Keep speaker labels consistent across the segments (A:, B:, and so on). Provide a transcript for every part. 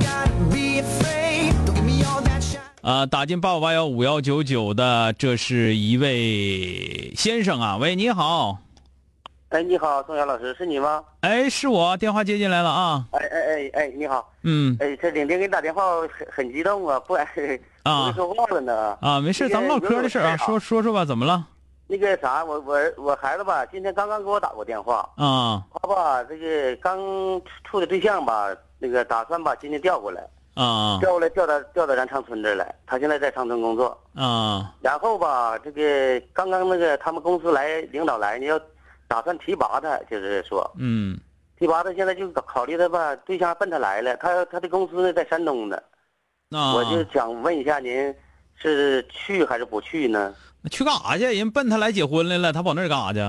A: Gotta be afraid. Don't give me all that shine.
B: 啊、打进八五八幺五幺九九的，这是一位先生啊。喂，你好，
C: 哎，你好，宋阳老师，是你吗？
B: 哎，是我，电话接进来了啊。
C: 哎哎哎哎，你好，
B: 嗯
C: 哎，这领兵给你打电话，我很很激动啊，不敢 不会
B: 啊
C: 说话了呢。
B: 啊，没事儿，咱们唠嗑的事儿啊，说说说吧，怎么了
C: 那个啥，我我儿我孩子吧，今天刚刚给我打过电话，
B: 啊？
C: 他吧这个刚处的对象吧，那个打算把今天调过来，
B: 啊
C: 调过来调到调到咱长春这儿来，他现在在长春工作。
B: 啊
C: 然后吧，这个刚刚那个他们公司来领导来，你要打算提拔他，就是说，
B: 嗯
C: 提拔他现在就考虑他吧，对象奔他来了，他他的公司呢在山东呢，
B: 啊，
C: 我就想问一下您，是去还是不去呢？
B: 那去干啥去？人奔他来结婚来了，他跑那儿干啥去？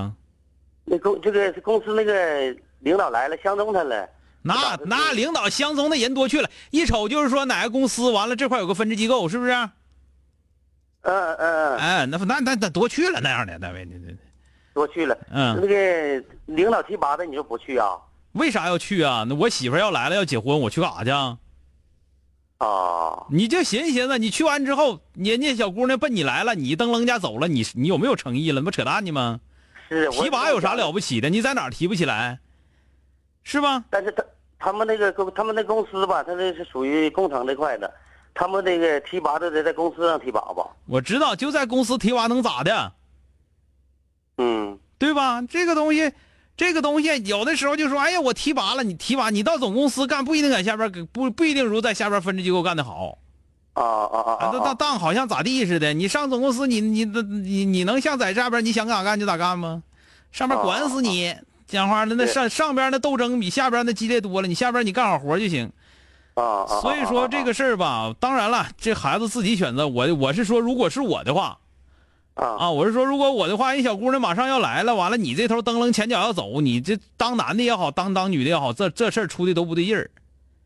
C: 那公这个公司那个领导来了，相中他了，
B: 那
C: 不是
B: 那领导相中的人多去了，一瞅就是说哪个公司完了这块有个分支机构，是不是？
C: 哎嗯嗯，嗯，
B: 哎，那那那那多去了那样的那位，那那
C: 多去了。那
B: 嗯，
C: 个领导提拔的，你说不去啊？
B: 为啥要去啊？那我媳妇儿要来了要结婚，我去干啥去啊？
C: 啊，
B: 你就寻思寻思，你去完之后，人家小姑娘奔你来了，你噔楞家走了，你你有没有诚意了？那不扯淡呢吗？
C: 是我
B: 提拔有啥了？不起的？你在哪儿提不起来？是吧？
C: 但是他他们那个公他们那公司吧，他这是属于工程这块的，他们那个提拔的得在公司上提拔吧？
B: 我知道，就在公司提拔能咋的？
C: 嗯，
B: 对吧？这个东西，这个东西有的时候就说，哎呀，我提拔了，你提拔，你到总公司干不一定在下边儿不不一定如在下边儿分支机构干得好，
C: 啊啊啊啊
B: 啊，当
C: 啊
B: 当！当好像咋地似的。你上总公司，你你你你能像在下边儿你想咋干就咋干吗？上面管死你，讲话了，那
C: 啊对
B: 上上边儿的斗争比下边儿的激烈多了，你下边儿你干好活儿就行。
C: 啊啊啊！
B: 所以说
C: 个。
B: 这个事儿吧，当然了，这孩子自己选择。我我是说，如果是我的话，
C: 啊
B: 啊，我是说，如果我的话，人小姑娘马上要来了，完了你这头蹬楞前脚要走，你这当男的也好，当当女的也好，这这事儿出的都不对劲儿，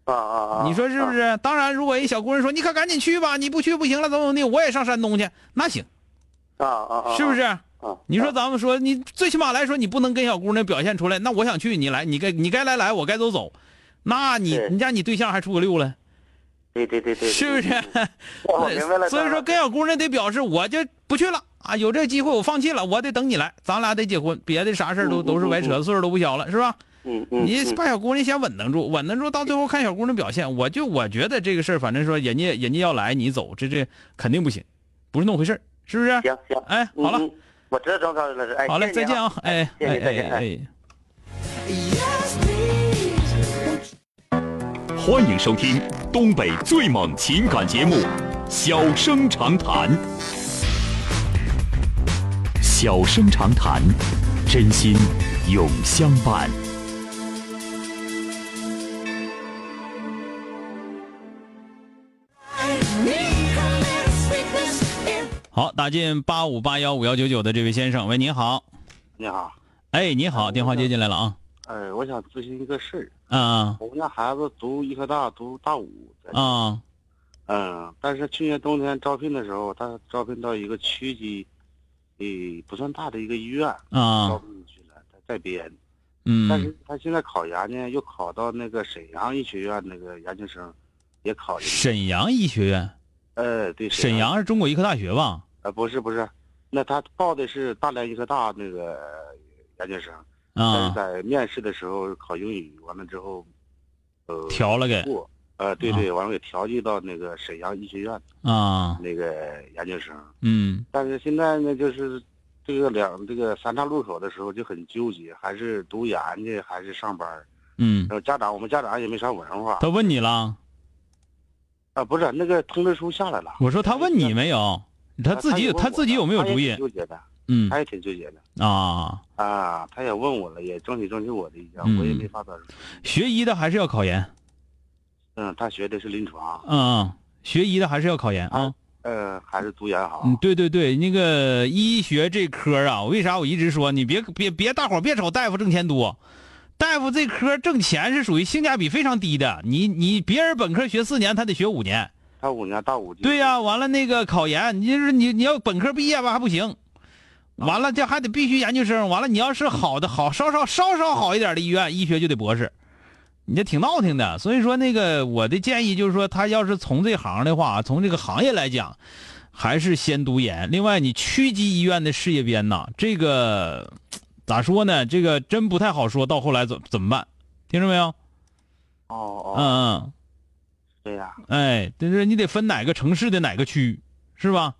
C: 啊啊啊！
B: 你说是不
C: 啊？
B: 是？当然，如果人小姑娘说你可赶紧去吧，你不去不行了，怎么怎么地，我也上山东去，那行，
C: 啊啊啊！
B: 是不
C: 啊？
B: 是？
C: 啊
B: 你说咱们说你最起码来说，你不能跟小姑娘表现出来，那我想去，你来，你该你该来来，我该走走，那你
C: 对
B: 你家你对象还出个溜了，
C: 对对对对，
B: 是不是？
D: 哦
C: 我哦明白了。
B: 所以说，跟小姑娘得表示我就不去了啊，有这机会我放弃了，我得等你来，咱俩得结婚，别的啥事儿都
C: 嗯嗯
B: 都是白扯，
C: 嗯
B: 岁数都不小了，是吧？
C: 嗯嗯，
B: 你
C: 嗯
B: 把小姑娘先稳当住，稳当住，到最后看小姑娘表现，我就我觉得这个事儿，反正说人家人家要来你走，这这肯定不行，不是那么回事儿是不是？
C: 行行，
B: 哎，好了，
C: 嗯，嗯我知道张超老师，哎，
B: 好嘞，
C: 谢谢
B: 再
C: 你
B: 见啊，哎
C: 谢
B: 哎
C: 谢你，再
B: 哎
C: 见，哎。
B: 哎。
A: Yes, please. Won't you
E: 欢迎收听东北最猛情感节目《小生长谈》。小生长谈，真心永相伴。
A: come in sweetness in
B: 好，打进八五八幺五幺九九的这位先生，喂，你好，
D: 你好，
B: 哎，你好，电话接进来了啊，
D: 哎，我想咨询一个事儿。
B: 啊
D: 我们家孩子读医科大，读大五，在
B: 啊
D: 嗯，但是去年冬天招聘的时候，他招聘到一个区级，诶，不算大的一个医院招
B: 啊，
D: 聘去了，在在编。
B: 嗯，
D: 但是他现在考研呢，又考到那个沈阳医学院那个研究生，也考进去。
B: 沈阳医学院，
D: 呃，对，
B: 沈阳是中国医科大学吧？
D: 呃，不是不是，那他报的是大连医科大那个研究生，但是
B: 啊，
D: 在面试的时候考英语，完了之后，呃，
B: 调了给
D: 过，呃，对对，完了给调剂到那个沈阳医学院
B: 啊，
D: 那个研究生。
B: 嗯
D: 但是现在呢，就是这个两这个三岔路口的时候就很纠结，还是读研去，还是上班儿。
B: 嗯
D: 然，后家长我们家长也没啥文化
B: 他问你了，
D: 啊，不是那个通知书下来了。
B: 我说他问你没有，他
D: 啊
B: 自己
D: 也问
B: 他
D: 我
B: 自己
D: 了
B: 有没有
D: 他也
B: 主
D: 挺
B: 意？
D: 纠结的，
B: 嗯
D: 他也挺纠结的
B: 啊，
D: 啊，他也问我了，也争取争取我的意见，我也
B: 嗯
D: 没法表示。
B: 学医的还是要考研，
D: 嗯，他学的是临床，
B: 嗯，学医的还是要考研啊。
D: 呃，还是读研好。
B: 嗯，对对对，那个医学这科儿啊，为啥我一直说你别别别大伙儿别瞅大夫挣钱多，大夫这科儿挣钱是属于性价比非常低的。你你别人本科学四年，他得学五年。
D: 他五年大五。
B: 对呀、完了那个考研，你就是你你要本科毕业吧还不行，完了这还得必须研究生。完了你要是好的好稍稍稍稍好一点的医院，医学就得博士，你这挺闹挺的。所以说那个我的建议就是说，他要是从这行的话，从这个行业来讲，还是先读研。另外，你区级医院的事业编呐，这个咋说呢？这个真不太好说到后来怎怎么办，听着没有？
D: 哦哦，
B: 嗯嗯。
D: 对呀，
B: 哎，就是你得分哪个城市的哪个区，是吧？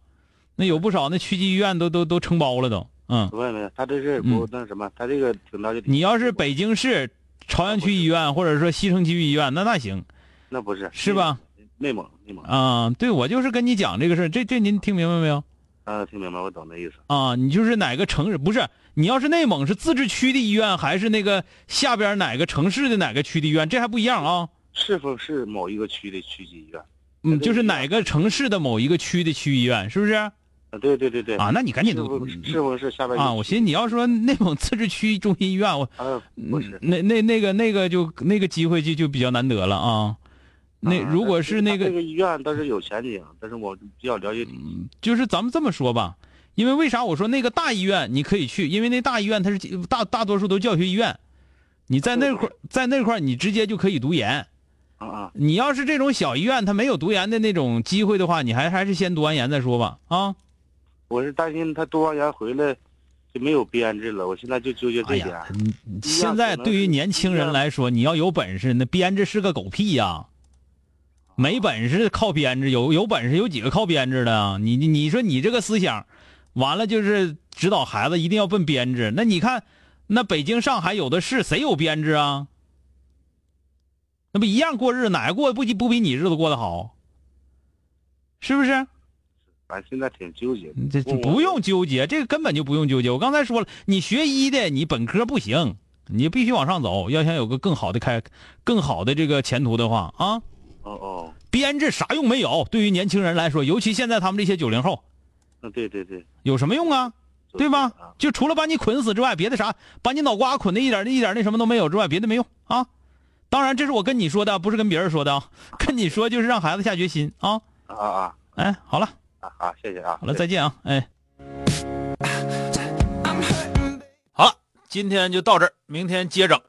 B: 那有不少那区级医院都都都承包了都，嗯。
D: 没有没有，他这是不那什么，他这个挺了解。
B: 你要是北京市朝阳区医院或者说西城区医院，那那行
D: 那不是
B: 是？吧？
D: 内蒙内蒙，
B: 啊、对我就是跟你讲这个事儿，这这您听明白没有？
D: 嗯，听明白，我懂那意思。
B: 啊、你就是哪个城市不是？你要是内蒙是自治区的医院，还是那个下边哪个城市的哪个区的医院，这还不一样啊、
D: 是否是某一个区的区级医院？
B: 嗯，就是哪个城市的某一个区的区医院，是不是？啊，
D: 啊，对对对对。
B: 那你赶紧嗯
D: 是不是不是下边
B: 啊！我寻思你要说内蒙自治区中心医院，我
D: 啊，不是
B: 嗯，那那那个那个就那个机会就就比较难得了啊。那
D: 啊
B: 如果
D: 但
B: 是那
D: 他
B: 个
D: 这，个医院倒是有前景，但是我比较了解你
B: 就是咱们这么说吧，因为为啥我说那个大医院你可以去，因为那大医院它是大大多数都教学医院，你在那块儿在那块儿你直接就可以读研。嗯
D: 啊啊，
B: 你要是这种小医院，它没有读研的那种机会的话，你还还是先读完研再说吧啊。
D: 我是担心他读完研回来就没有编制了，我现在就纠结这啊
B: 哎
D: 点。
B: 呀，你你现在对于年轻人来说，你要有本事，那编制是个狗屁呀、没本事靠编制，有有本事有几个靠编制的啊？你你你说你这个思想，完了就是指导孩子一定要奔编制。那你看，那北京、上海有的是，谁有编制啊？那不一样过日子，哪个过不不比你日子过得好？是不是？
D: 反正现在挺纠结的
B: 嗯你。这
D: 我
B: 不用纠结，这个根本就不用纠结。我刚才说了，你学医的，你本科不行，你必须往上走，要想有个更好的开、更好的这个前途的话啊，
D: 哦哦，
B: 编制啥用没有？对于年轻人来说，尤其现在他们这些九零后，
D: 嗯，对对对，
B: 有什么用啊？对吧
D: 啊？？
B: 就除了把你捆死之外，别的啥，把你脑瓜捆的一点一点那什么都没有之外，别的没用啊。当然，这是我跟你说的，不是跟别人说的啊。跟你说就是让孩子下决心啊。
D: 啊啊
B: 哎，好了，
D: 啊啊！谢谢啊，
B: 好了，
D: 谢谢
B: 再见啊，哎。
A: I'm hurting.
B: 好了，今天就到这儿，明天接整。